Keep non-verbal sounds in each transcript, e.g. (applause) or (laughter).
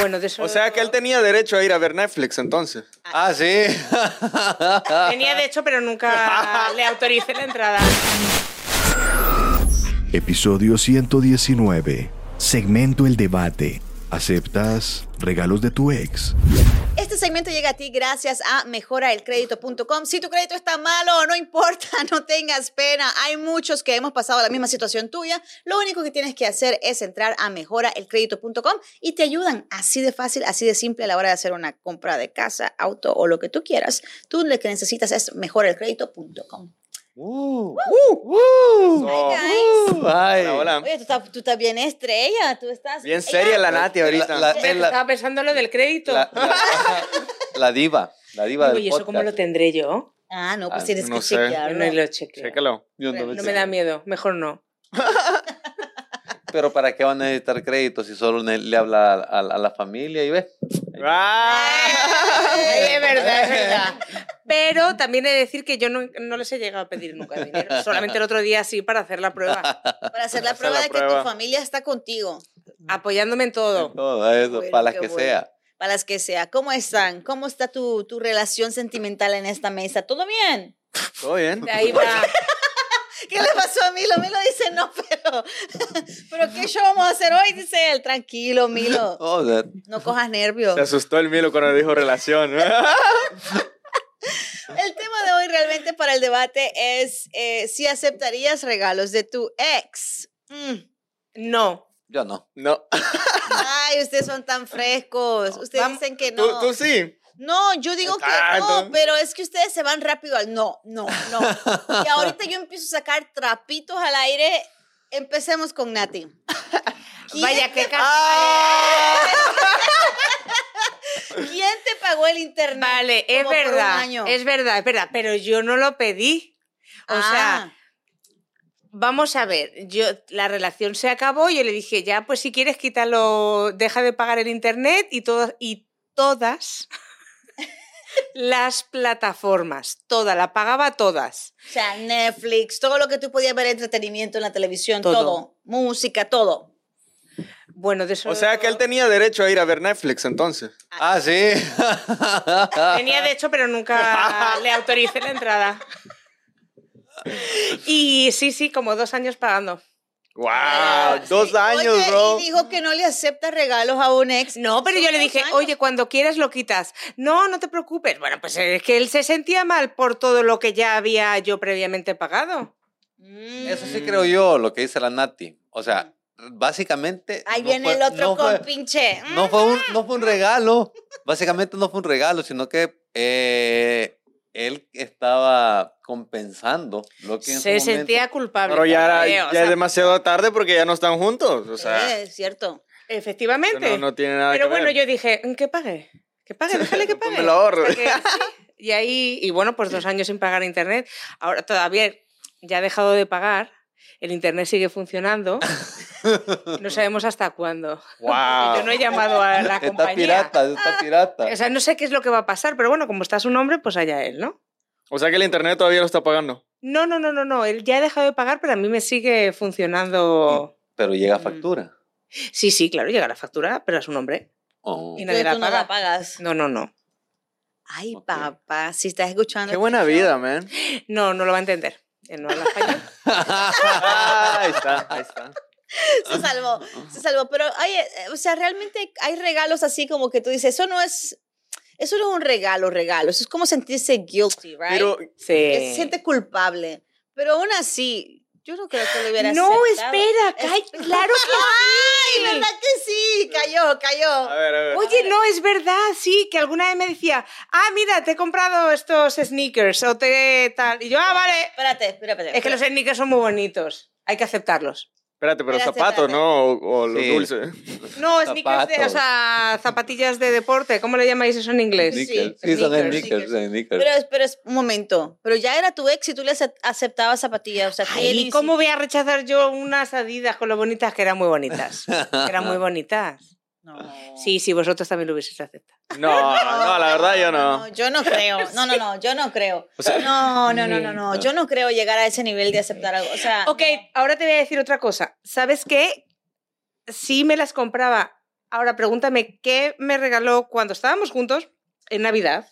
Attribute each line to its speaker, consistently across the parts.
Speaker 1: Bueno, de eso
Speaker 2: O sea que él tenía derecho a ir a ver Netflix entonces.
Speaker 3: Ah,
Speaker 1: (laughs)
Speaker 3: sí. Uh,
Speaker 1: tenía de hecho, pero
Speaker 3: (laughs)
Speaker 1: nunca le autoricé la entrada.
Speaker 3: Ah,
Speaker 4: Episodio 119. Segmento El Debate. ¿Aceptas regalos de tu ex?
Speaker 5: Este segmento llega a ti gracias a mejoraelcrédito.com. Si tu crédito está malo, no importa, (laughs) no tengas pena. Hay muchos que hemos pasado la misma situación tuya. Lo único que tienes que hacer es entrar a mejoraelcrédito.com y te ayudan así de fácil, así de simple a la hora de hacer una compra de casa, auto o lo que tú quieras. Tú lo que necesitas es mejoraelcrédito.com.
Speaker 3: Uh,
Speaker 5: Hi, guys.
Speaker 3: uh, ay.
Speaker 2: Hola, hola.
Speaker 5: Oye, tú estás, tú estás bien estrella, tú estás...
Speaker 2: Ah. Bien seria la Nati ahorita.
Speaker 3: La, la- en la-
Speaker 1: Estaba pensando en lo del crédito.
Speaker 3: la- la- (laughs) la diva. La diva del
Speaker 1: Uy, ¿eso cómo lo
Speaker 3: podcast.
Speaker 1: tendré yo?
Speaker 5: Ah, no,
Speaker 3: Ah,
Speaker 5: pues tienes
Speaker 2: no
Speaker 5: que
Speaker 2: sé.
Speaker 5: chequearlo.
Speaker 1: No lo chequeo.
Speaker 2: Chécalo.
Speaker 1: No me da miedo, mejor no.
Speaker 3: Pero ¿para qué van a necesitar crédito si solo ne- le habla a, a- a la familia y ve?
Speaker 2: Ah.
Speaker 1: Ay, es verdad, es verdad. Pero también he de decir que yo no, no les he llegado a pedir nunca dinero. Solamente el otro día sí para hacer la
Speaker 3: (laughs)
Speaker 1: prueba.
Speaker 5: Para hacer la
Speaker 2: Hacer
Speaker 5: prueba
Speaker 2: la
Speaker 5: de que
Speaker 2: prueba.
Speaker 5: tu familia está contigo.
Speaker 1: Apoyándome en todo.
Speaker 3: Todo eso,
Speaker 5: Bueno,
Speaker 3: para las
Speaker 5: qué
Speaker 3: que
Speaker 5: bueno.
Speaker 3: sea.
Speaker 5: Para las que sea. ¿Cómo están? ¿Cómo está tu, tu relación sentimental en esta mesa? ¿Todo bien?
Speaker 2: Todo bien.
Speaker 1: De ahí va.
Speaker 5: ¿Qué le pasó a Milo? Milo dice no, pero... (laughs) ¿Pero qué show vamos a hacer hoy? Dice él. Tranquilo, Milo.
Speaker 3: Oh, o sea,
Speaker 5: No cojas
Speaker 2: (laughs) Se
Speaker 5: nervios.
Speaker 2: asustó el Milo cuando dijo relación.
Speaker 5: El tema de hoy realmente para el debate es eh, si aceptarías regalos de tu ex.
Speaker 2: (laughs)
Speaker 5: Mm.
Speaker 1: No.
Speaker 3: yo no.
Speaker 2: No.
Speaker 5: Ay, ustedes son tan frescos. Ustedes
Speaker 1: Vamos,
Speaker 5: dicen que no.
Speaker 2: ¿Tú, tú sí.
Speaker 5: No, yo digo que
Speaker 2: Ah,
Speaker 5: no,
Speaker 2: no.
Speaker 5: pero es que ustedes se van rápido al no, no, no. Y ahorita yo empiezo a sacar trapitos al aire. Empecemos con Nati. ¿Quién,
Speaker 1: Vaya, qué
Speaker 3: Ah.
Speaker 5: ¿quién te pagó el internet?
Speaker 1: Vale, es
Speaker 5: Como por un
Speaker 1: verdad.
Speaker 5: año.
Speaker 1: Es verdad, es verdad. Pero yo no lo pedí. O sea,
Speaker 5: Ah,
Speaker 1: Vamos a ver, yo la relación se acabó, yo le dije, ya, pues si quieres, quítalo, deja de pagar el internet y todas, y
Speaker 5: (laughs)
Speaker 1: todas las plataformas, toda, la pagaba todas.
Speaker 5: o sea, Netflix, todo lo que tú podías ver, entretenimiento en la televisión, todo.
Speaker 1: Todo.
Speaker 5: música, todo.
Speaker 1: Bueno, de eso.
Speaker 2: O sea que él tenía derecho a ir a ver Netflix entonces.
Speaker 3: Ah, sí.
Speaker 1: Tenía de hecho, pero nunca le autoricé la entrada. Y sí, sí, como dos años pagando.
Speaker 2: Wow,
Speaker 5: Ah,
Speaker 2: dos
Speaker 5: sí.
Speaker 2: años,
Speaker 5: Oye,
Speaker 2: bro.
Speaker 5: Y dijo que no le acepta regalos a un ex.
Speaker 1: No, pero yo
Speaker 5: Son
Speaker 1: le
Speaker 5: dos
Speaker 1: dije,
Speaker 5: años.
Speaker 1: oye, cuando quieras lo quitas. No, no te preocupes. Bueno, pues es que él se sentía mal por todo lo que ya había yo previamente pagado.
Speaker 5: Mm.
Speaker 3: Eso sí creo yo, lo que dice la Nati. O sea, básicamente.
Speaker 5: Ahí
Speaker 3: no
Speaker 5: viene
Speaker 3: fue-
Speaker 5: el otro
Speaker 3: no fue-
Speaker 5: compinche. Mm.
Speaker 3: No fue, un, no fue un regalo. Básicamente no fue un regalo, sino que eh, él estaba compensando lo que en
Speaker 1: Se
Speaker 3: su momento-
Speaker 1: sentía culpable.
Speaker 2: Pero ya, era-
Speaker 1: Eh,
Speaker 2: ya
Speaker 1: o sea,
Speaker 2: es demasiado tarde porque ya no están juntos. O sea,
Speaker 5: Eh, es cierto.
Speaker 2: eso
Speaker 1: Efectivamente.
Speaker 2: no, no tiene nada
Speaker 1: pero
Speaker 2: que ver.
Speaker 1: bueno, yo dije, "Mm, que pague, que pague, déjale
Speaker 2: (laughs)
Speaker 1: que
Speaker 2: Pues
Speaker 1: pague.
Speaker 2: me lo ahorro.
Speaker 1: O sea que sí. Y ahí, y bueno, pues dos años sin pagar internet. Ahora todavía ya ha dejado de pagar. El internet sigue
Speaker 2: (laughs)
Speaker 1: funcionando. No sabemos hasta cuándo.
Speaker 2: Wow.
Speaker 1: Yo no he llamado a la
Speaker 3: Está
Speaker 1: compañía.
Speaker 3: pirata,
Speaker 5: (laughs)
Speaker 3: está pirata.
Speaker 1: O sea, no sé qué es lo que va a pasar, pero bueno, como está su nombre, pues allá él, ¿no?
Speaker 2: O sea que el internet todavía lo está pagando.
Speaker 1: No, no, no, no, no. Él ya ha dejado de pagar, pero a mí me sigue funcionando.
Speaker 3: Pero llega
Speaker 5: Mm.
Speaker 3: factura.
Speaker 1: Sí, sí, claro, llega la factura, pero a su nombre.
Speaker 3: Oh.
Speaker 1: Y
Speaker 5: Entonces
Speaker 1: nadie
Speaker 5: tú
Speaker 1: la
Speaker 5: no
Speaker 1: paga.
Speaker 5: la pagas.
Speaker 1: No, no, no.
Speaker 5: Ay,
Speaker 3: Ok.
Speaker 5: papá, si estás escuchando.
Speaker 2: Qué buena
Speaker 3: (laughs)
Speaker 2: vida, man.
Speaker 1: No, no lo va a entender. Él no habla
Speaker 5: (laughs)
Speaker 1: español.
Speaker 2: Ah, ahí está, ahí está.
Speaker 5: Se salvó, se salvó. Pero, oye, eh, o sea, realmente hay regalos así como que tú dices, eso no es, eso no es un regalo, regalo. Eso es como sentirse guilty, right?
Speaker 2: Pero eh,
Speaker 5: Que se
Speaker 1: Sí.
Speaker 5: siente culpable. Pero aún así, yo no creo que lo hubiera
Speaker 1: No,
Speaker 5: aceptado.
Speaker 1: espera,
Speaker 5: Es-
Speaker 1: calla,
Speaker 5: (laughs)
Speaker 1: claro que sí.
Speaker 5: Ay, ¿verdad que sí? Cayó,
Speaker 2: A
Speaker 5: cayó.
Speaker 2: ver, a ver.
Speaker 1: Oye, no, es verdad, sí, que alguna vez me decía, ah, mira, te he comprado estos sneakers o te tal. Y yo, ah, vale.
Speaker 5: Espérate, espérate, espérate.
Speaker 1: Es que los sneakers son muy bonitos, hay que aceptarlos.
Speaker 2: Espérate, pero
Speaker 5: Espérate,
Speaker 2: zapatos,
Speaker 5: espérate.
Speaker 2: ¿no? O, o los
Speaker 3: Sí.
Speaker 2: dulces.
Speaker 1: No, sneakers de, o
Speaker 3: Zapatos.
Speaker 1: sea, zapatillas de deporte, ¿cómo le llamáis eso en inglés?
Speaker 5: Sí,
Speaker 3: Snickers. Sí, son
Speaker 1: sneakers,
Speaker 3: sneakers, son sneakers.
Speaker 5: Pero, es- pero es un momento. Pero ya era tu ex y tú le ace- aceptabas zapatillas. O sea, que él
Speaker 1: Ay, ¿cómo voy a rechazar yo unas adidas con lo bonitas que eran muy bonitas? Que eran muy bonitas.
Speaker 5: No.
Speaker 1: Sí, sí, vosotros también lo hubieseis aceptado.
Speaker 2: No, no, la verdad yo no.
Speaker 5: Yo no creo. No, no, no, yo no creo. no, no, no, no, no. Yo no creo llegar a ese nivel de aceptar algo. O sea,
Speaker 1: Ok, ahora te voy a decir otra cosa. ¿Sabes qué? Sí me las compraba Ahora pregúntame qué me regaló cuando estábamos juntos en Navidad,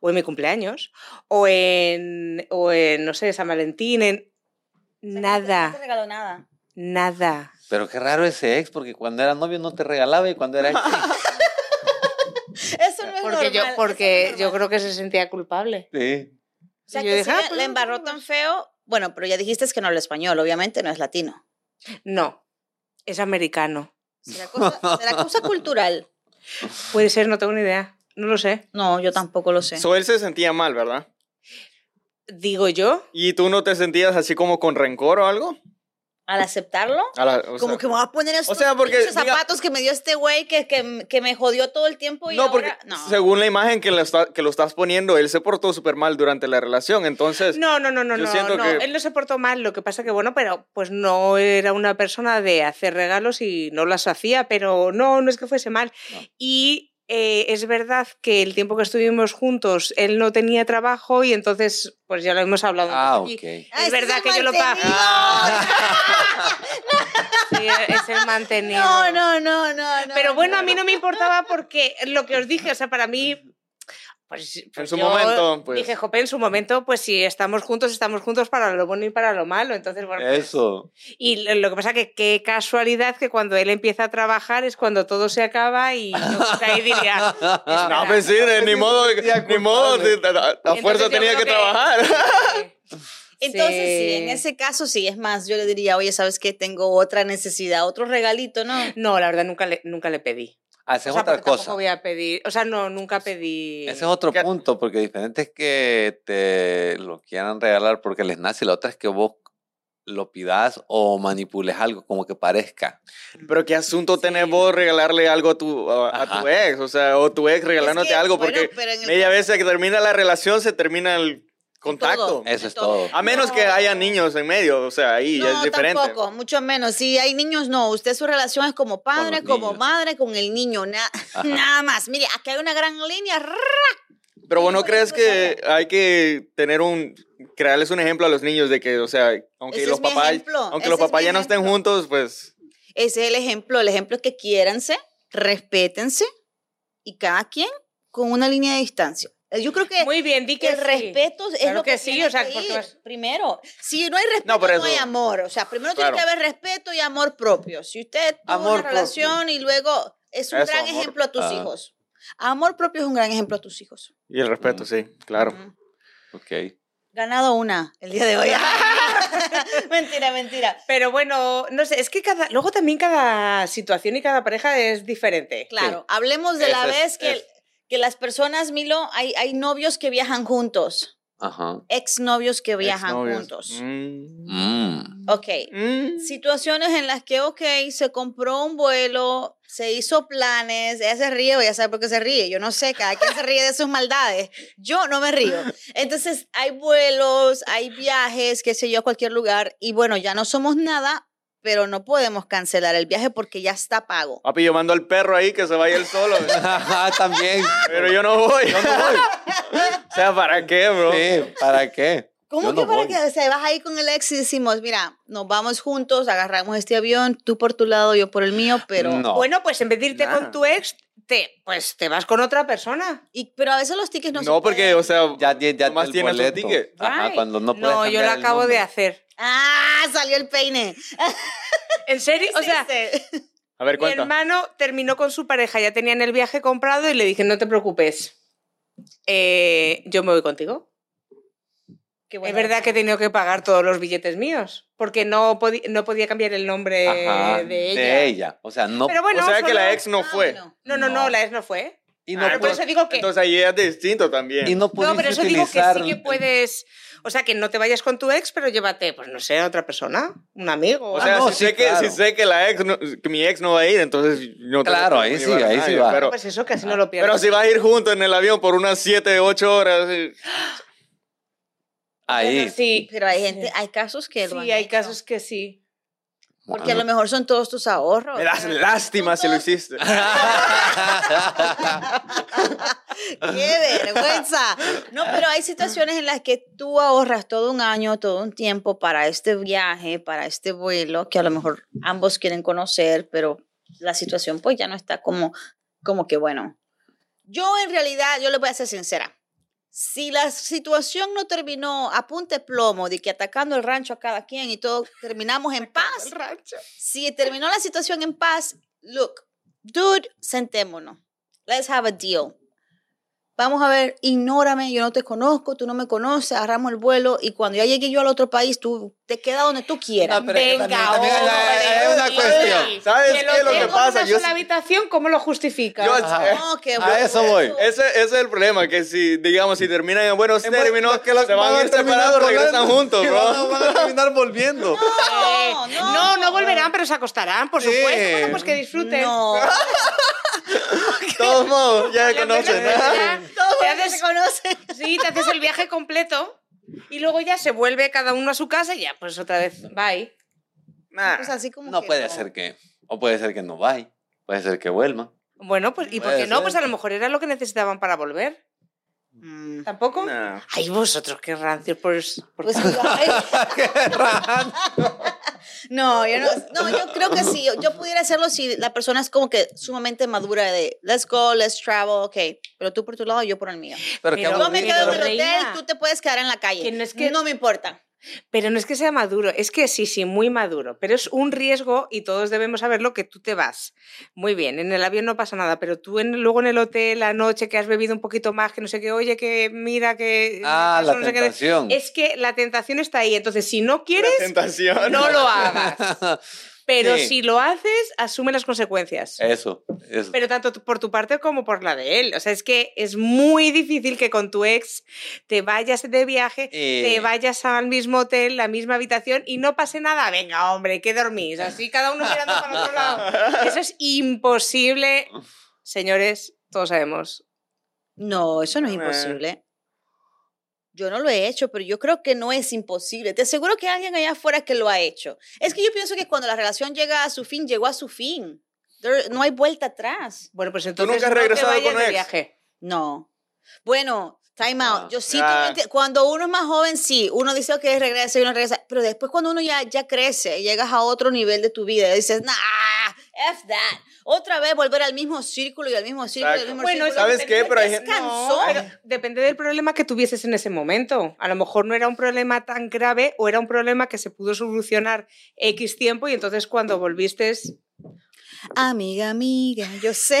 Speaker 1: o en mi cumpleaños, o en, o en no sé, San Valentín, en...
Speaker 5: No te
Speaker 1: Nada,
Speaker 5: regaló nada.
Speaker 1: nada.
Speaker 3: Pero qué raro ese ex, porque cuando era novio no te regalaba y
Speaker 5: (laughs)
Speaker 3: cuando era ex.
Speaker 5: Eso no es
Speaker 1: Porque, yo,
Speaker 5: normal, eso
Speaker 1: porque
Speaker 5: no es
Speaker 1: yo
Speaker 5: normal.
Speaker 1: creo que se sentía culpable.
Speaker 3: Sí.
Speaker 5: O sea,
Speaker 1: Y yo
Speaker 5: que
Speaker 1: dije,
Speaker 5: sí
Speaker 1: "Ah,
Speaker 5: la-
Speaker 1: pues
Speaker 5: la
Speaker 1: no,
Speaker 5: embarró
Speaker 1: no
Speaker 5: tan feo. Bueno, pero ya dijiste que no habla español, obviamente no es latino.
Speaker 1: No, es americano.
Speaker 5: ¿Será cosa, será
Speaker 2: (laughs)
Speaker 5: cosa cultural?
Speaker 1: Puede ser, no tengo ni idea. No lo sé.
Speaker 5: No, yo tampoco lo sé.
Speaker 2: So, él se sentía mal, ¿verdad?
Speaker 1: Digo yo.
Speaker 2: ¿Y tú no te sentías así como con rencor o algo?
Speaker 5: Al aceptarlo,
Speaker 2: A la- o
Speaker 5: como
Speaker 2: sea-
Speaker 5: que me voy a poner esos
Speaker 2: sea, porque,
Speaker 5: pinches
Speaker 2: diga-
Speaker 5: zapatos que me dio este güey que, que, que me jodió todo el tiempo y
Speaker 2: No,
Speaker 5: ahora-
Speaker 2: porque
Speaker 5: no.
Speaker 2: según la imagen que lo, está- que lo estás poniendo, él se portó súper mal durante la relación. (laughs) Entonces,
Speaker 1: No, no, no, no,
Speaker 2: yo
Speaker 1: no.
Speaker 2: siento
Speaker 1: no.
Speaker 2: que-
Speaker 1: Él no se portó mal, lo que pasa que bueno, pero pues no era una persona de hacer regalos y no las hacía, pero no, no es que fuese mal.
Speaker 3: No.
Speaker 1: Y eh, es verdad que el tiempo que estuvimos juntos, él no tenía trabajo y entonces, pues ya lo hemos hablado.
Speaker 3: Ah,
Speaker 1: antes aquí.
Speaker 3: ok.
Speaker 5: Ah,
Speaker 1: Es
Speaker 5: ese
Speaker 1: verdad
Speaker 5: el
Speaker 1: que yo lo pago.
Speaker 5: mantenido.
Speaker 1: Sí, es el mantenido.
Speaker 5: (laughs) No, no, no, no, no.
Speaker 1: Pero bueno, a mí no me importaba porque lo que os dije, o sea, para mí. Pues, pues
Speaker 2: su
Speaker 1: yo
Speaker 2: momento, pues.
Speaker 1: Dije, Jope, en su momento, pues si estamos juntos, estamos juntos para lo bueno y para lo malo. Entonces, bueno. pues-
Speaker 3: Eso.
Speaker 1: Y lo- lo que pasa que qué casualidad que cuando él empieza a trabajar es cuando todo se acaba y yo, pues, ahí
Speaker 3: (laughs)
Speaker 1: diría.
Speaker 2: (laughs) no, pues sí, de- ni modo, ni modo,
Speaker 3: culpable.
Speaker 2: de- a- a- a
Speaker 1: Entonces,
Speaker 2: fuerza
Speaker 1: yo
Speaker 2: tenía
Speaker 1: creo
Speaker 2: que,
Speaker 1: que- (laughs)
Speaker 2: trabajar.
Speaker 5: Entonces, sí. en ese caso sí, es más, yo le diría, oye, ¿sabes qué? Tengo otra necesidad, otro regalito, ¿no?
Speaker 1: No, la verdad, nunca le, nunca le pedí. O
Speaker 3: Hacemos
Speaker 1: sea,
Speaker 3: otra
Speaker 1: porque tampoco
Speaker 3: cosa.
Speaker 1: voy a pedir. O sea, no, nunca pedí.
Speaker 3: Ese es otro
Speaker 2: Que-
Speaker 3: punto, porque diferente es que te lo quieran regalar porque les nace, la otra es que vos lo pidas o manipules algo como que parezca.
Speaker 2: Pero qué asunto tenés vos regalarle algo a tu, a, a tu ex, o sea, o tu ex regalándote
Speaker 5: Es que,
Speaker 2: algo,
Speaker 5: bueno,
Speaker 2: porque
Speaker 5: pero en el
Speaker 2: media vez que termina la relación se termina el contacto.
Speaker 5: Todo.
Speaker 3: Eso es
Speaker 5: Todo.
Speaker 3: todo.
Speaker 2: A menos que
Speaker 5: No.
Speaker 2: haya niños en medio, o sea, ahí ya
Speaker 5: no,
Speaker 2: es diferente.
Speaker 5: tampoco, mucho menos. Si hay niños, no. Usted su relación es como padre,
Speaker 3: los
Speaker 5: como
Speaker 3: niños.
Speaker 5: madre, con el niño, na-
Speaker 3: Ajá.
Speaker 5: (laughs) nada más. Mire, aquí hay una gran línea.
Speaker 2: Pero vos
Speaker 5: Sí,
Speaker 2: no
Speaker 5: por
Speaker 2: crees
Speaker 5: eso
Speaker 2: que hay que tener un crearles un ejemplo a los niños de que, o sea, aunque
Speaker 5: Ese
Speaker 2: los
Speaker 5: es mi
Speaker 2: papás,
Speaker 5: ejemplo,
Speaker 2: aunque
Speaker 5: ese
Speaker 2: los
Speaker 5: es mi
Speaker 2: papás ya no estén
Speaker 5: ejemplo.
Speaker 2: juntos, pues
Speaker 5: Ese es el ejemplo. El ejemplo es que quiéranse, respétense y cada quien con una línea de distancia. Eh, Yo creo que
Speaker 1: Muy bien, di que
Speaker 5: el
Speaker 1: sí.
Speaker 5: respeto es
Speaker 1: Claro
Speaker 5: lo que,
Speaker 1: que sí,
Speaker 5: tiene
Speaker 1: o sea,
Speaker 5: que
Speaker 1: porque
Speaker 5: ir
Speaker 1: vas-
Speaker 5: primero. Si no hay respeto,
Speaker 2: No,
Speaker 5: no,
Speaker 2: por eso-
Speaker 5: hay amor. O sea, primero tiene
Speaker 2: Claro.
Speaker 5: que haber respeto y amor propio. Si usted tuvo
Speaker 3: Amor
Speaker 5: una
Speaker 3: propio.
Speaker 5: relación y luego es un
Speaker 2: Eso,
Speaker 5: gran
Speaker 2: amor.
Speaker 5: ejemplo a tus
Speaker 3: Ah.
Speaker 5: hijos. Amor propio es un gran ejemplo a tus hijos.
Speaker 2: y el respeto, sí, claro.
Speaker 5: Mm.
Speaker 3: Ok.
Speaker 5: Ganado una el día de
Speaker 1: (laughs)
Speaker 5: hoy. (laughs) mentira, mentira.
Speaker 1: Pero bueno, no sé, es que cada. Luego también cada situación y cada pareja es diferente.
Speaker 5: Claro, hablemos de la
Speaker 3: Eso es-
Speaker 5: vez que,
Speaker 3: es.
Speaker 5: que las personas, Milo, hay, hay novios que viajan juntos,
Speaker 3: Ajá.
Speaker 5: exnovios que viajan
Speaker 2: Exnovios.
Speaker 5: juntos.
Speaker 2: Mm.
Speaker 3: Mm. (laughs)
Speaker 5: Ok.
Speaker 2: Mm.
Speaker 5: Situaciones en las que, ok, se compró un vuelo, se hizo planes, ella se ríe, ella sabe por qué se ríe, yo no sé, cada quien se ríe de sus maldades, yo no me río. Entonces, hay vuelos, hay viajes, qué sé yo, a cualquier lugar, y bueno, ya no somos nada, pero no podemos cancelar el viaje porque ya está pago.
Speaker 2: Papi, yo mando al perro ahí que se vaya él
Speaker 5: (laughs)
Speaker 2: solo.
Speaker 3: Ajá, también.
Speaker 2: pero yo no voy. (laughs) o sea, ¿para qué, bro?
Speaker 3: Sí, ¿para qué?
Speaker 5: ¿Cómo
Speaker 3: Yo
Speaker 5: que
Speaker 3: no
Speaker 5: para
Speaker 3: voy.
Speaker 5: que o sea, vas ahí con el ex y decimos, mira, nos vamos juntos, agarramos este avión, tú por tu lado, yo por el mío, pero...
Speaker 3: No.
Speaker 1: Bueno, pues en vez de irte
Speaker 2: Nada.
Speaker 1: con tu ex, te, pues te vas con otra persona.
Speaker 5: Y, pero a veces los tickets no,
Speaker 2: No,
Speaker 5: se pueden.
Speaker 2: porque, o sea,
Speaker 3: Ya, ya, ya
Speaker 2: nomás
Speaker 3: el
Speaker 2: tienes un
Speaker 3: boleto.
Speaker 2: ticket.
Speaker 3: Ajá,
Speaker 1: Ay.
Speaker 3: cuando no puedes
Speaker 1: No, yo lo
Speaker 3: cambiar el
Speaker 1: acabo de
Speaker 3: nombre.
Speaker 1: hacer.
Speaker 5: ¡Ah! Salió el peine.
Speaker 1: ¿En serio? O sea,
Speaker 5: Existe.
Speaker 2: A ver,
Speaker 1: mi
Speaker 2: cuenta.
Speaker 1: hermano terminó con su pareja, ya tenían el viaje comprado y le dije, no te preocupes, eh, yo me voy contigo.
Speaker 5: Qué bueno.
Speaker 1: es verdad que he tenido que pagar todos los billetes míos, porque no, podí- no podía cambiar el nombre
Speaker 3: Ajá,
Speaker 1: de ella.
Speaker 3: O sea, no.
Speaker 1: Pero bueno,
Speaker 2: o sea, que
Speaker 1: solo-
Speaker 2: la ex no
Speaker 5: Ah,
Speaker 2: fue.
Speaker 5: bueno.
Speaker 1: No, no, no,
Speaker 3: No.
Speaker 1: la ex no fue.
Speaker 3: y no,
Speaker 2: Ah,
Speaker 1: Pero por
Speaker 3: puedes-
Speaker 1: eso digo que...
Speaker 2: Entonces ahí es distinto también.
Speaker 3: y no
Speaker 1: No,
Speaker 3: pudiste
Speaker 1: pero eso digo que
Speaker 3: utilizar
Speaker 1: sí que puedes... O sea, que no te vayas con tu ex, pero llévate, pues no sé, a otra persona, un amigo.
Speaker 2: O sea,
Speaker 3: Ah, no,
Speaker 2: si,
Speaker 3: sí,
Speaker 2: sé que,
Speaker 3: claro.
Speaker 2: si sé que la ex no- que mi ex no va a ir, entonces no te-
Speaker 3: Claro,
Speaker 2: no
Speaker 3: ahí
Speaker 2: te
Speaker 3: sí,
Speaker 2: llevas a
Speaker 3: ahí sí
Speaker 2: nadie,
Speaker 3: va.
Speaker 2: Pero,
Speaker 1: pues eso, que así no lo pierdes.
Speaker 2: pero si vas a ir juntos en el avión por unas 7, 8 horas. eh,
Speaker 3: Ahí.
Speaker 1: Bueno, sí,
Speaker 5: Pero hay gente, hay casos que lo han
Speaker 1: sí, hay
Speaker 5: hecho.
Speaker 1: casos que sí.
Speaker 5: Porque a lo mejor son todos tus ahorros.
Speaker 2: Me das
Speaker 5: Pero-
Speaker 2: lástima si lo hiciste.
Speaker 3: (laughs)
Speaker 5: ¡Qué vergüenza! No, pero hay situaciones en las que tú ahorras todo un año, todo un tiempo para este viaje, para este vuelo, que a lo mejor ambos quieren conocer, pero la situación pues ya no está como, como que bueno. Yo en realidad, yo le voy a ser sincera. Si la situación no terminó a punta de plomo, de que atacando el rancho a cada quien y todo, terminamos en paz. Si terminó la situación en paz, look, dude, sentémonos. Let's have a deal. Vamos a ver, ignórame, yo no te conozco, tú no me conoces, agarramos el vuelo y cuando ya llegue yo al otro país, tú te quedas donde tú quieras.
Speaker 3: No, pero es que
Speaker 1: Venga,
Speaker 3: también- también hay- hay- hay una
Speaker 1: hombre.
Speaker 3: cuestión.
Speaker 2: ¿Sabes
Speaker 1: Que
Speaker 2: qué es lo que
Speaker 1: tengo en
Speaker 2: pasa?
Speaker 1: una
Speaker 2: Yo
Speaker 1: sola
Speaker 2: sí-
Speaker 1: habitación, ¿cómo lo justifica?
Speaker 2: Yo-
Speaker 3: Ajá.
Speaker 2: eh,
Speaker 5: No, qué
Speaker 3: A
Speaker 5: bueno.
Speaker 3: eso voy.
Speaker 2: Ese, ese es el problema, que si, digamos, si terminan en buenos
Speaker 3: En buen-
Speaker 2: términos,
Speaker 3: lo que lo-
Speaker 2: se van a ir
Speaker 3: terminar
Speaker 2: separados,
Speaker 3: volando.
Speaker 2: regresan juntos,
Speaker 3: Sí,
Speaker 2: bro.
Speaker 3: van a- van a terminar volviendo.
Speaker 1: Eh,
Speaker 5: No,
Speaker 1: no, no, volverán, pero se acostarán, por
Speaker 3: Sí.
Speaker 1: supuesto. Bueno, pues que disfruten.
Speaker 5: No.
Speaker 2: todos
Speaker 1: (laughs)
Speaker 2: modos, ya se
Speaker 1: La pena
Speaker 2: conocen.
Speaker 1: es
Speaker 2: ¿eh?
Speaker 1: ya
Speaker 5: (laughs) Todos
Speaker 1: te
Speaker 5: se
Speaker 1: haces-
Speaker 5: conocen.
Speaker 1: Sí, te haces el viaje completo y luego ya se vuelve cada uno a su casa y ya, pues otra vez, bye.
Speaker 2: Nah.
Speaker 5: Pues así como
Speaker 3: Ah, No
Speaker 5: que
Speaker 3: puede ser que. O puede ser que no vaya. Puede ser que vuelva.
Speaker 1: Bueno, pues, ¿y por
Speaker 3: Puede
Speaker 1: qué no?
Speaker 3: ser.
Speaker 1: Pues a lo mejor era lo que necesitaban para volver.
Speaker 5: Mm.
Speaker 1: ¿Tampoco?
Speaker 2: Nah.
Speaker 1: Ay, vosotros, qué rancios. Pues, por-
Speaker 5: Pues, (laughs) ay, no, yo no, no, yo creo que sí, yo, yo pudiera hacerlo si la persona es como que sumamente madura de let's go, let's travel, ok, pero tú por tu lado, yo por el mío.
Speaker 3: Pero
Speaker 1: Pero-
Speaker 5: Yo me
Speaker 1: Sí,
Speaker 5: quedo en el
Speaker 1: pero-
Speaker 5: hotel,
Speaker 1: Reina,
Speaker 5: tú te puedes quedar en la calle.
Speaker 1: que no es que-
Speaker 5: me importa.
Speaker 1: Pero no es que sea maduro, es que sí, sí, muy maduro. Pero es un riesgo y todos debemos saberlo que tú te vas. Muy bien, en el avión no pasa nada, pero tú en- luego en el hotel, la noche que has bebido un poquito más, que no sé qué, oye, que mira, que.
Speaker 3: Ah,
Speaker 1: eso
Speaker 3: la
Speaker 1: no sé qué".
Speaker 3: tentación.
Speaker 1: Es que la tentación está ahí. Entonces, si no
Speaker 2: La
Speaker 1: quieres,
Speaker 2: tentación.
Speaker 1: no lo
Speaker 3: (laughs)
Speaker 1: hagas. Pero
Speaker 3: Sí.
Speaker 1: si lo haces, asume las consecuencias.
Speaker 3: Eso, eso.
Speaker 1: Pero tanto tu- por tu parte como por la de él. O sea, es que es muy difícil que con tu ex te vayas de viaje,
Speaker 3: Eh.
Speaker 1: te vayas al mismo hotel, la misma habitación y no pase nada. Venga, hombre, ¿qué dormís? Así cada uno mirando para el otro lado.
Speaker 2: (laughs)
Speaker 1: Eso es imposible. Señores, todos sabemos.
Speaker 5: No, eso no es
Speaker 2: Nah.
Speaker 5: imposible. Yo no lo he hecho, pero yo creo que no es imposible. Te aseguro que hay alguien allá afuera que lo ha hecho. Es que yo pienso que cuando la relación llega a su fin, llegó a su fin. There- no hay vuelta atrás.
Speaker 1: Bueno, pues entonces
Speaker 2: nunca has
Speaker 1: no te
Speaker 2: regresado
Speaker 1: vayas
Speaker 2: con un
Speaker 1: de
Speaker 2: ex?
Speaker 1: viaje.
Speaker 5: No. Bueno, time out.
Speaker 3: Ah,
Speaker 5: Yo sí
Speaker 2: ah.
Speaker 5: tengo enti- Cuando uno es más joven, sí. Uno dice, ok, regresa y uno regresa. Pero después cuando uno ya, ya crece, llegas a otro nivel de tu vida, dices, nah, F that. Otra vez volver al mismo círculo y al mismo círculo y al
Speaker 2: Exacto.
Speaker 5: mismo
Speaker 1: Bueno,
Speaker 5: círculo.
Speaker 2: ¿Sabes qué? Pero hay
Speaker 5: Es
Speaker 2: gente-
Speaker 5: cansón.
Speaker 2: eh.
Speaker 1: pero depende del problema que tuvieses en ese momento. A lo mejor no era un problema tan grave o era un problema que se pudo solucionar X tiempo y entonces cuando volviste
Speaker 5: Amiga, amiga, yo sé.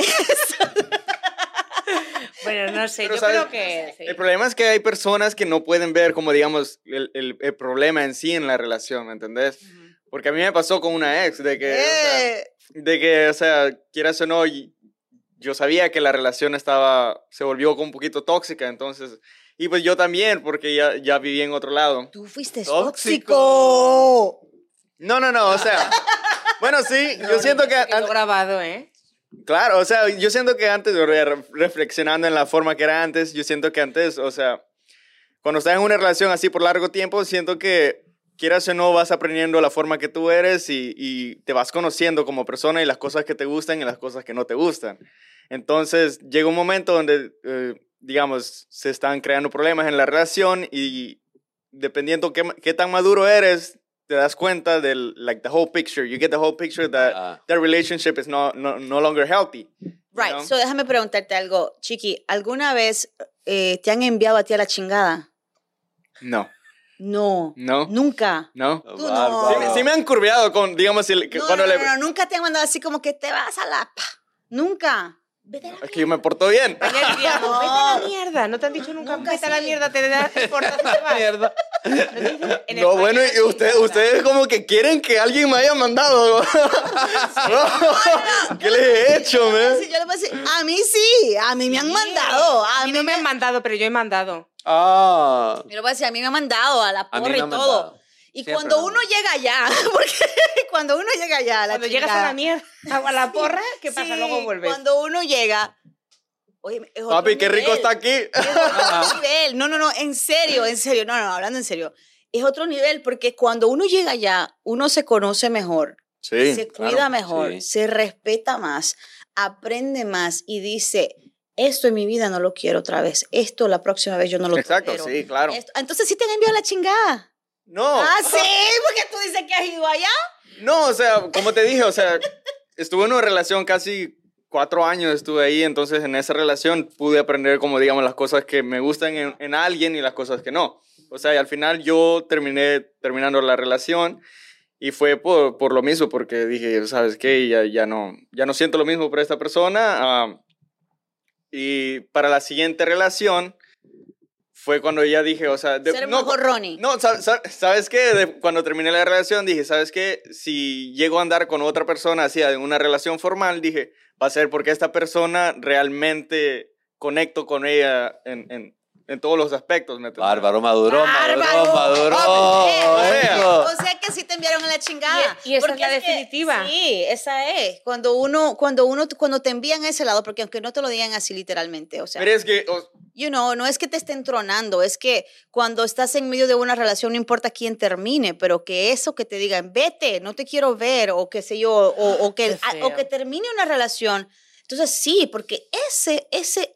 Speaker 1: Bueno, no sé,
Speaker 2: Pero
Speaker 1: yo
Speaker 2: sabes-
Speaker 1: creo que sí.
Speaker 2: El problema es que hay personas que no pueden ver, como digamos, el, el- el problema en sí en la relación, ¿me entendés? Porque a mí me pasó con una ex, de que, o sea,
Speaker 5: Eh,
Speaker 2: de que, o sea, quieras o no, y- yo sabía que la relación estaba, se volvió como un poquito tóxica, entonces, y pues yo también, porque ya, ya viví en otro lado.
Speaker 5: (laughs) Tú fuiste
Speaker 3: Tóxico.
Speaker 2: No, no, no,
Speaker 1: (laughs)
Speaker 2: o sea, bueno, sí, yo siento que... an-
Speaker 1: Quedó grabado, ¿eh?
Speaker 2: Claro, o sea, yo siento que antes, re- reflexionando en la forma que era antes, yo siento que antes, o sea, cuando estás en una relación así por largo tiempo, siento que quieras o no vas aprendiendo la forma que tú eres y, y te vas conociendo como persona y las cosas que te gustan y las cosas que no te gustan. Entonces llega un momento donde, eh, digamos, se están creando problemas en la relación y dependiendo qué, ma- qué tan maduro eres, te das cuenta del, like, the whole picture. You get the whole picture that
Speaker 3: Ah.
Speaker 2: that relationship is no, no, no longer healthy. you
Speaker 5: Right,
Speaker 2: know?
Speaker 5: so déjame preguntarte algo, Chiqui. ¿Alguna vez eh, te han enviado a ti a la chingada?
Speaker 2: no,
Speaker 5: No,
Speaker 2: no,
Speaker 5: nunca.
Speaker 2: no.
Speaker 5: Tú no.
Speaker 2: Sí,
Speaker 3: Bárbaro.
Speaker 2: me- sí me han curveado con, digamos, el- que
Speaker 5: No, no,
Speaker 2: cuando
Speaker 5: no,
Speaker 2: le...
Speaker 5: no, nunca te han mandado así como que te vas a la... pa. Nunca. Vete a la
Speaker 2: Es que yo me
Speaker 5: (laughs)
Speaker 2: porto bien.
Speaker 1: Mañana diríamos,
Speaker 5: No.
Speaker 1: vete a la mierda. No te han dicho nunca,
Speaker 5: Nunca
Speaker 1: vete a la
Speaker 5: sí.
Speaker 1: mierda, te da el portazo y te vas.
Speaker 3: Mierda.
Speaker 1: No te dicen en
Speaker 2: No,
Speaker 1: España,
Speaker 2: bueno, y
Speaker 1: sí,
Speaker 2: usted-
Speaker 1: nada.
Speaker 2: ustedes como que quieren que alguien me haya mandado. (laughs) No, ¿Qué les he hecho, man?
Speaker 5: Sí, yo le voy a decir, a mí sí, a mí me han mandado. A
Speaker 1: A
Speaker 5: mí
Speaker 1: mí no me han mandado, pero yo he mandado.
Speaker 3: Ah.
Speaker 5: Yo le voy a decir, a mí me han mandado a la
Speaker 3: A mí
Speaker 5: porra y
Speaker 3: no me han
Speaker 5: todo.
Speaker 3: dado.
Speaker 5: Y
Speaker 3: Siempre
Speaker 5: cuando
Speaker 3: me han
Speaker 5: uno llega allá, (laughs) porque cuando uno llega allá a la
Speaker 1: Cuando llegas a
Speaker 5: chingada,
Speaker 1: la mierda o a la porra, ¿qué pasa?
Speaker 5: Sí,
Speaker 1: Luego vuelves.
Speaker 5: Cuando uno llega. Oye, es otro
Speaker 2: Papi, qué rico
Speaker 5: nivel,
Speaker 2: está aquí.
Speaker 5: es otro nivel. No, no, no, en serio, en serio. No, no, hablando en serio. Es otro nivel porque cuando uno llega allá, uno se conoce mejor,
Speaker 2: Sí.
Speaker 5: se
Speaker 3: claro,
Speaker 5: cuida mejor,
Speaker 3: sí.
Speaker 5: se respeta más, aprende más y dice, esto en mi vida no lo quiero otra vez, esto la próxima vez yo no lo
Speaker 2: Exacto,
Speaker 5: tolero.
Speaker 2: sí, claro.
Speaker 5: Esto- Entonces sí te han enviado la chingada.
Speaker 2: No,
Speaker 5: Ah, sí, porque tú dices que has ido allá.
Speaker 2: no, o sea, como te dije, o sea, estuve en una relación casi cuatro años, estuve ahí, entonces en esa relación pude aprender, como digamos, las cosas que me gustan en, en alguien y las cosas que no. O sea, y al final yo terminé terminando la relación y fue por, por lo mismo, porque dije, ¿sabes qué? Ya, ya, no, ya no siento lo mismo por esta persona. ah, y para la siguiente relación fue cuando ya dije, o sea, de-
Speaker 5: Ser
Speaker 2: no,
Speaker 5: mejor Ronnie.
Speaker 2: no, sa- sa- ¿sabes qué? De- cuando terminé la relación dije, ¿sabes qué? Si llego a andar con otra persona así, en una relación formal, dije, va a ser porque esta persona realmente conecto con ella en, en- en todos los aspectos. ¿me entiendes?
Speaker 3: Bárbaro, maduró,
Speaker 5: Bárbaro.
Speaker 3: maduró, maduró.
Speaker 1: Oh,
Speaker 5: Ah,
Speaker 2: eh,
Speaker 3: eso.
Speaker 5: O sea que sí te enviaron a la chingada.
Speaker 1: Y- y esa es la
Speaker 5: es que-
Speaker 1: definitiva.
Speaker 5: sí, esa es. Cuando uno, cuando uno, cuando te envían a ese lado, porque aunque no te lo digan así literalmente, o sea,
Speaker 2: Pero es que, o-
Speaker 5: you know, no es que te estén tronando, es que cuando estás en medio de una relación, no importa quién termine, pero que eso que te digan, vete, no te quiero ver, o qué sé yo, o, o que,
Speaker 1: Ah, Qué feo.
Speaker 5: o que termine una relación. Entonces sí, porque ese, ese,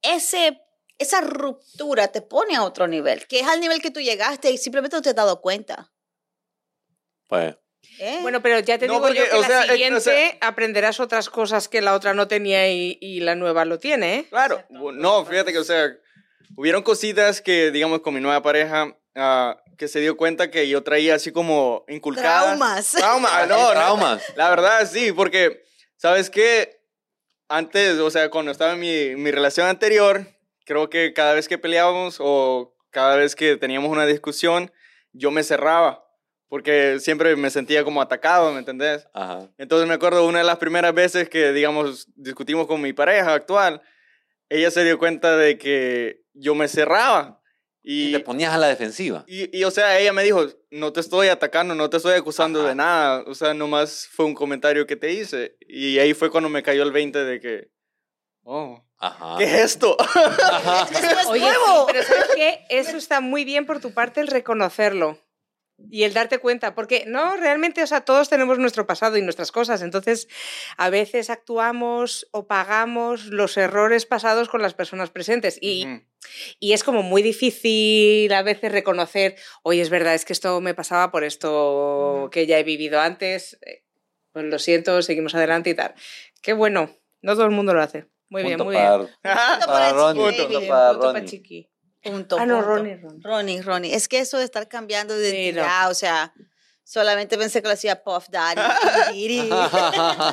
Speaker 5: ese, esa ruptura te pone a otro nivel, que es al nivel que tú llegaste y simplemente no te has dado cuenta.
Speaker 3: Pues,
Speaker 5: ¿eh?
Speaker 1: Bueno, pero ya te
Speaker 2: No,
Speaker 1: digo
Speaker 2: porque,
Speaker 1: yo que
Speaker 2: o
Speaker 1: la
Speaker 2: sea, es- o
Speaker 1: siguiente
Speaker 2: sea-
Speaker 1: aprenderás otras cosas que la otra no tenía y, y la nueva lo tiene, ¿eh?
Speaker 2: claro, no, fíjate que, o sea, hubieron cositas que, digamos, con mi nueva pareja, ah, que se dio cuenta que yo traía así como inculcadas.
Speaker 5: Traumas.
Speaker 3: ah,
Speaker 2: Traumas, Ah, no, no,
Speaker 3: traumas.
Speaker 2: La verdad, sí, porque, ¿sabes qué? Antes, o sea, cuando estaba en mi, mi relación anterior, creo que cada vez que peleábamos o cada vez que teníamos una discusión, yo me cerraba, porque siempre me sentía como atacado, ¿me entendés?
Speaker 3: Ajá.
Speaker 2: Entonces me acuerdo una de las primeras veces que, digamos, discutimos con mi pareja actual, ella se dio cuenta de que yo me cerraba.
Speaker 3: Y te ponías a la defensiva.
Speaker 2: Y, y, o sea, ella me dijo, no te estoy atacando, no te estoy acusando
Speaker 3: Ajá.
Speaker 2: de nada. O sea, nomás fue un comentario que te hice. Y ahí fue cuando me cayó el 20 de que, oh,
Speaker 3: Ajá.
Speaker 2: ¿qué es esto?
Speaker 5: (laughs) Eso es
Speaker 1: Oye, sí,
Speaker 5: nuevo.
Speaker 1: pero ¿sabes qué? Eso está muy bien por tu parte el reconocerlo y el darte cuenta, porque no, realmente, o sea, todos tenemos nuestro pasado y nuestras cosas, entonces a veces actuamos o pagamos los errores pasados con las personas presentes y,
Speaker 2: Ujú.
Speaker 1: y es como muy difícil a veces reconocer, oye, es verdad, es que esto me pasaba por esto que ya he vivido antes, eh, pues lo siento, seguimos adelante y tal. Qué bueno, no todo el mundo lo hace. Muy bien,
Speaker 3: Punto
Speaker 1: muy bien.
Speaker 3: para,
Speaker 5: Punto
Speaker 3: para
Speaker 5: para
Speaker 3: Ronnie.
Speaker 5: Chiqui
Speaker 3: Punto
Speaker 5: Baby.
Speaker 3: para
Speaker 1: Punto pa'
Speaker 3: Ronnie.
Speaker 1: Chiqui.
Speaker 5: Punto,
Speaker 1: Ah, no,
Speaker 5: punto.
Speaker 1: Ronnie, Ronnie.
Speaker 5: Ronnie, Ronnie. Es que eso de estar cambiando de
Speaker 1: Sí,
Speaker 5: identidad, o sea, solamente pensé que lo hacía Puff Daddy.
Speaker 1: (laughs)
Speaker 5: Diddy.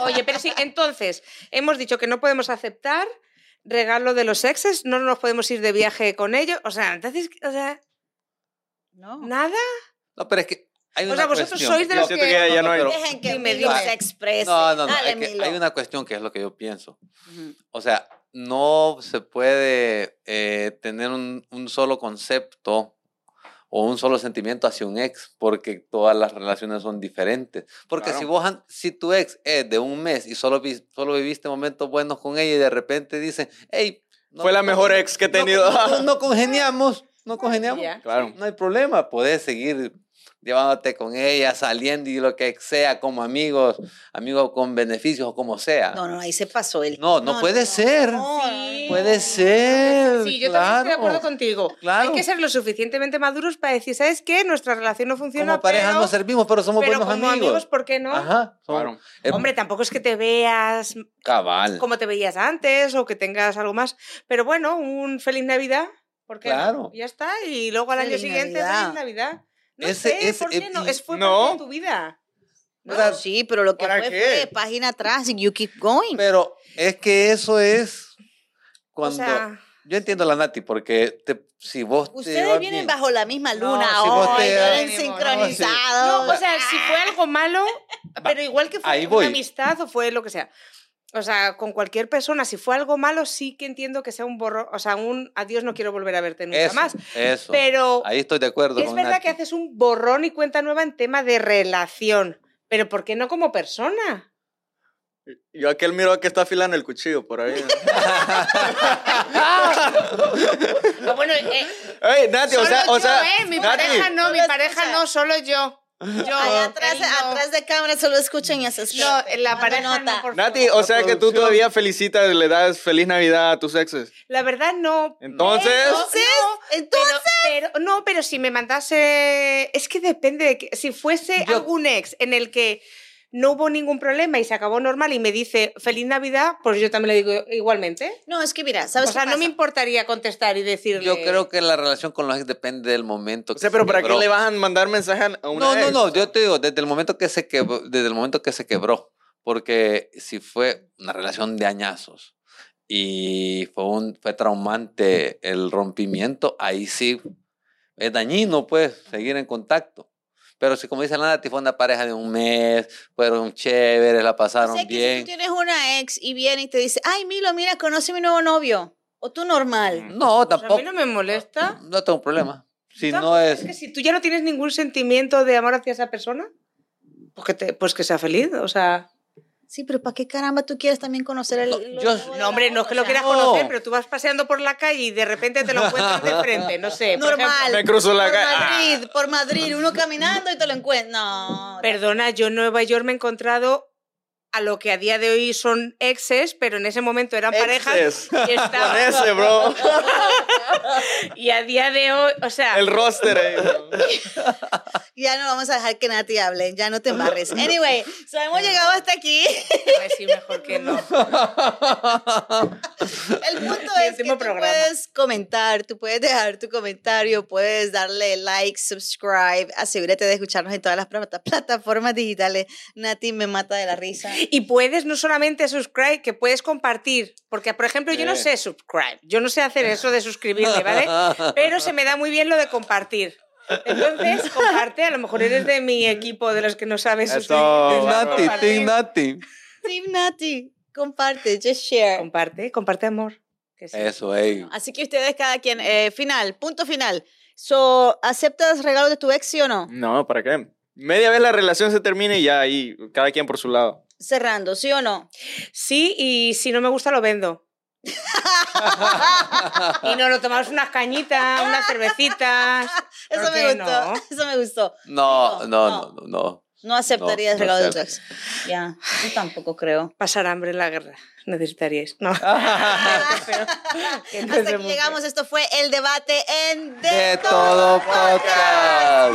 Speaker 1: Oye, pero sí, entonces, hemos dicho que no podemos aceptar regalo de los exes, no nos podemos ir de viaje con ellos, o sea, entonces, o sea,
Speaker 5: (laughs) No.
Speaker 1: nada.
Speaker 3: (laughs) No, pero es que hay
Speaker 1: O
Speaker 3: una
Speaker 1: sea, vosotros
Speaker 3: cuestión.
Speaker 1: sois de
Speaker 2: Yo
Speaker 1: los
Speaker 2: siento
Speaker 1: que-
Speaker 2: que ya, ya no hay...
Speaker 3: pero-
Speaker 5: Dejen que
Speaker 1: Dime,
Speaker 5: Milo
Speaker 1: dime.
Speaker 5: se exprese.
Speaker 3: No, no, no.
Speaker 5: Dale,
Speaker 3: es que
Speaker 5: Milo.
Speaker 3: hay una cuestión que es lo que yo pienso.
Speaker 5: Ujú.
Speaker 3: O sea, no se puede eh, tener un, un solo concepto o un solo sentimiento hacia un ex, porque todas las relaciones son diferentes. Porque si
Speaker 2: Claro.
Speaker 3: vos, an- si tu ex es de un mes y solo, vi- solo viviste momentos buenos con ella y de repente dicen, hey,
Speaker 2: Fue la mejor ex que he tenido.
Speaker 3: No,
Speaker 2: (laughs)
Speaker 3: no- no congeniamos, no congeniamos.
Speaker 1: Ya.
Speaker 2: Claro.
Speaker 3: No hay problema, podés seguir llevándote con ella, saliendo y lo que sea, como amigos, amigos con beneficios o como sea.
Speaker 5: No, no, ahí se pasó él.
Speaker 3: No, no puede ser.
Speaker 1: Sí.
Speaker 3: Puede ser.
Speaker 1: Sí, yo también
Speaker 3: claro.
Speaker 1: estoy de acuerdo contigo.
Speaker 3: Claro.
Speaker 1: Hay que ser lo suficientemente maduros para decir, ¿sabes qué? Nuestra relación no funciona.
Speaker 3: Como pareja
Speaker 1: pero,
Speaker 3: no servimos, pero somos
Speaker 1: pero
Speaker 3: buenos
Speaker 1: como amigos.
Speaker 3: amigos.
Speaker 1: ¿por qué no?
Speaker 3: Ajá. eh. somos-
Speaker 2: Claro.
Speaker 3: eh,
Speaker 1: Hombre, tampoco es que te veas
Speaker 3: cabal.
Speaker 1: como te veías antes o que tengas algo más, pero bueno, un feliz Navidad, ¿por qué no?
Speaker 3: Claro.
Speaker 1: Ya está, y luego al año
Speaker 5: Feliz
Speaker 1: siguiente
Speaker 5: Navidad.
Speaker 1: feliz Navidad. No
Speaker 3: Ese-
Speaker 1: sé,
Speaker 3: ese- eh,
Speaker 1: ¿por qué no?
Speaker 3: y-
Speaker 1: Es fue
Speaker 2: no.
Speaker 1: parte de tu vida.
Speaker 5: No,
Speaker 3: ¿verdad?
Speaker 5: sí, pero lo que
Speaker 2: ¿Para
Speaker 5: fue
Speaker 2: qué?
Speaker 5: fue página atrás y you keep going.
Speaker 3: Pero es que eso es cuando.
Speaker 1: O sea,
Speaker 3: yo entiendo a la Nati, porque te- si vos. te
Speaker 5: Ustedes
Speaker 3: llevas
Speaker 5: vienen
Speaker 3: bien-
Speaker 5: bajo la misma luna
Speaker 3: si vos te-
Speaker 5: hoy, vienen
Speaker 1: No, sí.
Speaker 5: sincronizados.
Speaker 1: no, o sea, si fue algo malo, pero igual que fue
Speaker 3: ahí
Speaker 1: una
Speaker 3: voy.
Speaker 1: amistad o fue lo que sea. O sea, con cualquier persona, si fue algo malo, sí que entiendo que sea un borro, o sea, un adiós no quiero volver a verte nunca
Speaker 3: Eso,
Speaker 1: más.
Speaker 3: Eso.
Speaker 1: Pero
Speaker 3: Ahí estoy de acuerdo.
Speaker 1: Es
Speaker 3: con
Speaker 1: verdad
Speaker 3: Nati.
Speaker 1: que haces un borrón y cuenta nueva en tema de relación, pero ¿por qué no como persona?
Speaker 2: Yo aquel miro que está afilando el cuchillo por ahí.
Speaker 1: Ah, bueno, eh,
Speaker 2: Ey, Nati, o
Speaker 1: solo
Speaker 2: sea,
Speaker 1: yo,
Speaker 2: o sea,
Speaker 1: eh, mi
Speaker 2: Nati,
Speaker 1: pareja no, mi
Speaker 5: Solo-
Speaker 1: pareja no, solo yo. Yo,
Speaker 5: Ahí atrás,
Speaker 1: él no. Mm.
Speaker 5: atrás de cámara solo escuchan y hacen
Speaker 1: No, la pareja no,
Speaker 5: nota.
Speaker 1: por
Speaker 2: Nati,
Speaker 1: favor.
Speaker 2: o sea que tú
Speaker 3: producción.
Speaker 2: todavía felicitas, le das feliz Navidad a tus exes.
Speaker 1: La verdad no.
Speaker 2: Entonces,
Speaker 1: No, no,
Speaker 5: Entonces,
Speaker 1: pero, pero- no, pero si me mandase. Es que depende de que. Si fuese
Speaker 3: Yo-
Speaker 1: algún ex en el que no hubo ningún problema y se acabó normal y me dice feliz Navidad, pues yo también le digo igualmente.
Speaker 5: No, es que mira,
Speaker 1: O
Speaker 5: ¿sabes
Speaker 1: sea,
Speaker 5: qué
Speaker 1: no me
Speaker 5: pasa?
Speaker 1: importaría contestar y decirle.
Speaker 3: Yo creo que la relación con los ex depende del momento.
Speaker 2: O sea, pero
Speaker 3: se
Speaker 2: ¿para
Speaker 3: quebró.
Speaker 2: qué le vas a mandar mensaje a una
Speaker 3: No, no,
Speaker 2: ex?
Speaker 3: no, yo te digo, desde el momento que se quebró, desde el momento que se quebró, porque si fue una relación de añazos y fue un fue traumante el rompimiento, ahí sí es dañino pues seguir en contacto. Pero si como dice Lana, ti fue una pareja de un mes, fueron chéveres, la
Speaker 5: O
Speaker 3: pasaron
Speaker 5: sea, que si tú
Speaker 3: bien.
Speaker 5: tienes una ex y viene y te dice, ay, Milo, mira, conoce a mi nuevo novio. O tú normal.
Speaker 3: No,
Speaker 1: Pues a
Speaker 3: tampoco.
Speaker 1: mí no me (clears throat) molesta.
Speaker 3: No tengo problema. Si
Speaker 1: Tampoco,
Speaker 3: no es
Speaker 1: que si tú ya no tienes ningún sentimiento de amor hacia esa persona, pues que, te- pues que sea feliz. O sea,
Speaker 5: Sí, pero ¿para qué caramba tú quieres también conocer el...
Speaker 3: No,
Speaker 5: el
Speaker 3: yo-
Speaker 5: nuevo de
Speaker 1: no, hombre,
Speaker 5: la
Speaker 1: no es que lo
Speaker 5: otra?
Speaker 1: quieras
Speaker 3: No.
Speaker 1: conocer, pero tú vas paseando por la calle y de repente te lo encuentras de frente, no sé. por
Speaker 5: Normal.
Speaker 1: ejemplo. Ah.
Speaker 2: Me cruzo la
Speaker 5: Por
Speaker 2: calle.
Speaker 5: Madrid, por Madrid, uno caminando y te lo encuentras. No.
Speaker 1: Perdona, yo en Nueva York me he encontrado a lo que a día de hoy son exes, pero en ese momento eran parejas.
Speaker 2: Exes.
Speaker 1: Y,
Speaker 2: Con (laughs)
Speaker 1: estaban-
Speaker 2: ese, bro.
Speaker 1: y a día de hoy, o sea,
Speaker 2: El roster ahí.
Speaker 5: Ya no vamos a dejar que Nati hable, ya
Speaker 1: (laughs)
Speaker 5: no te embarres. Anyway, so hemos llegado hasta aquí.
Speaker 1: pues sí, mejor que
Speaker 2: (laughs)
Speaker 1: no. (laughs)
Speaker 5: El punto
Speaker 1: Mi
Speaker 5: es que
Speaker 1: último
Speaker 5: tú
Speaker 1: programa.
Speaker 5: puedes comentar, tú puedes dejar tu comentario, puedes darle like, subscribe, asegúrate de escucharnos en todas las plata- plataformas digitales. Nati me mata de la risa.
Speaker 1: (laughs) Y puedes no solamente subscribe, que puedes compartir. Porque, por ejemplo, yo no
Speaker 3: Sí.
Speaker 1: sé subscribe. Yo no sé hacer eso de suscribirme,
Speaker 3: (laughs)
Speaker 2: (laughs)
Speaker 1: ¿vale? Pero se me da muy bien lo de compartir.
Speaker 2: (laughs)
Speaker 1: Entonces, comparte. A lo mejor eres de mi equipo, de los que no sabes
Speaker 2: Eso,
Speaker 3: Team Nati,
Speaker 1: Comparte.
Speaker 3: Team Nati.
Speaker 5: Team Nati, comparte, just share.
Speaker 1: Comparte, comparte amor. que sí.
Speaker 3: Eso, ey.
Speaker 5: Así que ustedes cada quien, eh, final, punto final. So, ¿Aceptas regalos de tu ex, sí o no?
Speaker 1: Mm.
Speaker 2: No, ¿para qué? Media vez la relación se termina y ya ahí, cada quien por su lado.
Speaker 5: Cerrando, ¿sí o no?
Speaker 1: Sí, y si no me gusta, lo vendo. Y nos lo tomamos unas cañitas, unas cervecitas.
Speaker 5: Eso
Speaker 1: ¿Por
Speaker 5: me
Speaker 1: qué
Speaker 5: gustó,
Speaker 1: no?
Speaker 5: (laughs) eso me gustó.
Speaker 3: No,
Speaker 5: No,
Speaker 3: no, no, no.
Speaker 5: No aceptarías
Speaker 3: no
Speaker 5: regalo de tu ex.
Speaker 3: acepto.
Speaker 5: Ya, yo tampoco creo.
Speaker 1: Pasar hambre en la guerra. Necesitaríais.
Speaker 5: (laughs)
Speaker 1: No. (laughs)
Speaker 5: Hasta aquí llegamos, esto fue el debate en De,
Speaker 3: De todo podcast.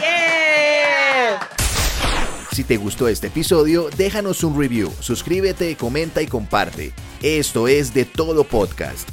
Speaker 1: Yeah.
Speaker 6: Si te gustó este episodio, déjanos un review, suscríbete, comenta y comparte. Esto es De Todo Podcast.